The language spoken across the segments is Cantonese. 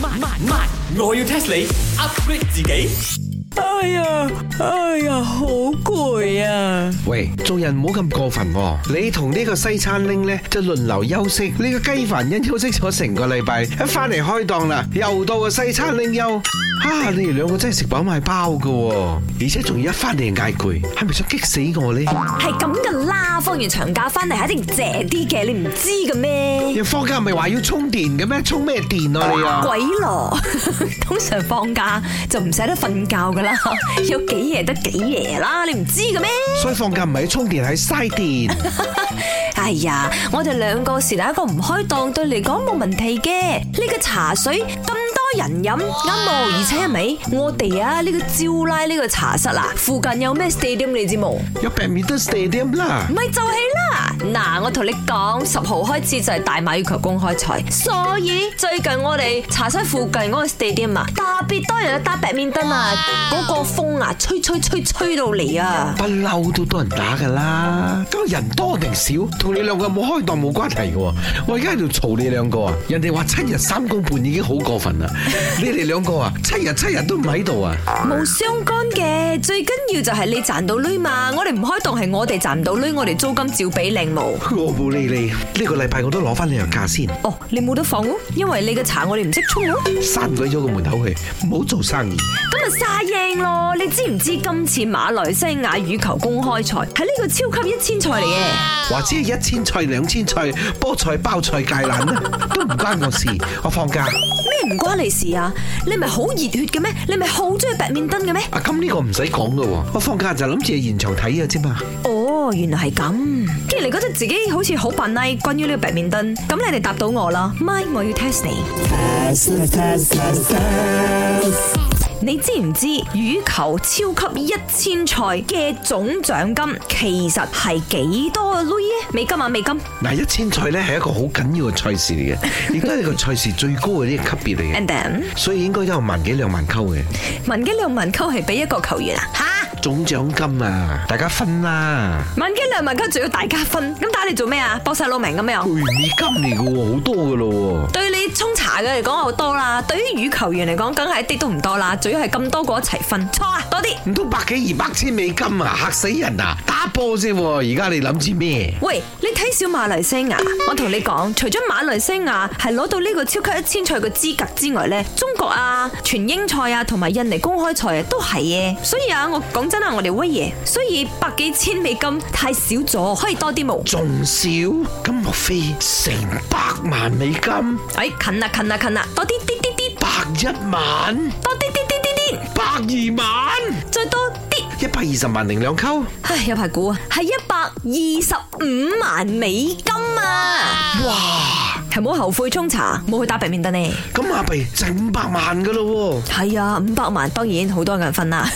慢慢慢，我要 test 你 upgrade 自己。哎呀，哎呀，好攰啊！喂，做人唔好咁過分喎、你同呢個西餐拎呢，就輪流休息。呢、個雞凡因休息咗成個禮拜，一翻嚟開檔啦，又到個西餐拎休。啊，你哋兩個真係食飽賣包噶、喎，而且仲要一翻嚟嗌攰，係咪想激死我呢？系咁噶啦，放完長假翻嚟係一定謝啲嘅，你唔知嘅咩？又放假唔係話要充電嘅咩？充咩電啊你啊？鬼咯！ 通常放假就唔捨得瞓覺噶啦， 有幾夜得幾夜啦，你唔知嘅咩？所以放假唔係充電，係嘥電。哎呀，我哋兩個是但一個唔開檔，對嚟講冇問題嘅。呢個茶水咁多人飲，啱冇？而且係咪我哋啊呢個招拉呢個茶室啊，附近有咩 stadium 你知冇？有 badminton stadium 啦唔。係就係啦，嗱，我同你講，十號開始就係大馬羽球公開賽，所以最近我哋茶室附近嗰個 stadium 啊，特別多人去打白面燈啊，嗰個風啊，吹吹吹吹到嚟啊！不嬲都多人打噶啦，咁人多定少同你兩個有冇開檔冇關係嘅喎。我而家喺度嘈你兩個啊，人哋話七日三公半已經好過分啦， 你哋兩個啊七日七日都唔喺度啊，冇相干嘅，最緊要就係你賺到鐳嘛，我哋唔開檔係我哋賺唔到鐳，我哋租金照俾靚冇。我冇理你。呢個禮拜我都攞翻兩日假先，哦，你冇得放咯，因為你嘅茶我哋唔識沖咯。閂鬼咗個門口去，唔好做生意。咁咪沙英咯，你知唔知今次馬來西亞羽球公開賽係呢個超級一千賽嚟嘅？或者係一千菜兩千菜，菠菜包菜芥蘭咧，都唔關我事。我放假咩唔關你事啊？你咪好熱血嘅咩？你咪好中意白面燈嘅咩？啊，咁呢個唔使講噶喎，我放假就諗住去現場睇嘅啫嘛。哦，原來係咁。既然你覺得自己好似好扮拉，關於呢個白面燈，咁你哋答到我啦。咪，我要 test 你。你知唔知羽球超級一千賽嘅總獎金其實係幾多啊？Louis 咧？美金啊，美金。嗱，一千賽咧係一個好緊要嘅賽事嚟嘅，亦都係一個賽事最高嘅呢個級別嚟 And 嘅， then 所以應該都有萬幾兩萬溝嘅文基兩萬溝係俾一個球員啊？吓，總獎金啊，大家分啦，文基兩萬溝仲要大家分，咁打你做咩啊？搏晒老命咁樣。會員美金嚟嘅喎，好多嘅咯對你沖茶嘅嚟講好多啦，對於羽球員嚟講，梗係一啲都唔多啦，最要係咁多個一齊分，錯啊，多啲。喎，唔通百幾二百千美金啊，嚇死人啊！打波啫喎，而家你諗住咩？喂，你睇小馬來西亞，我同你講，除咗馬來西亞係攞到呢個超級一千賽嘅資格之外呢，中國啊、全英賽啊同埋印尼公開賽啊都係嘅。所以啊，我講真啊，我哋威嘢，所以百幾千美金太少咗，可以多啲冇。仲少？咁莫非成百萬美金？哎，近啦近啦近啦，多啲啲啲啲，百一萬？多啲啲啲啲啲，百二萬？再多啲。一百二十萬零兩溝？唉，有排估啊，系一百二十五萬美金啊！哇！係冇後悔沖茶，冇去打白面燈呢。咁馬幣成五百萬嘅咯喎。係啊，五百萬當然好多人分啦。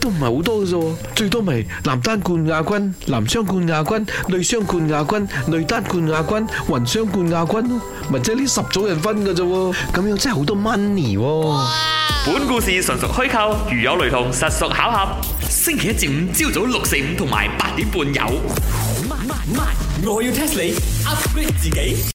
都唔係好多嘅啫喎，最多咪男單冠亞軍、男雙冠亞軍、女雙冠亞軍、女單冠亞軍、混雙冠亞軍咯，咪即係呢十組人分嘅啫喎，咁樣真係好多 money 喎。本故事純屬虛構，如有雷同，實屬巧合。星期一至五朝早六四五同埋八點半有。我要 test 你 upgrade 自己。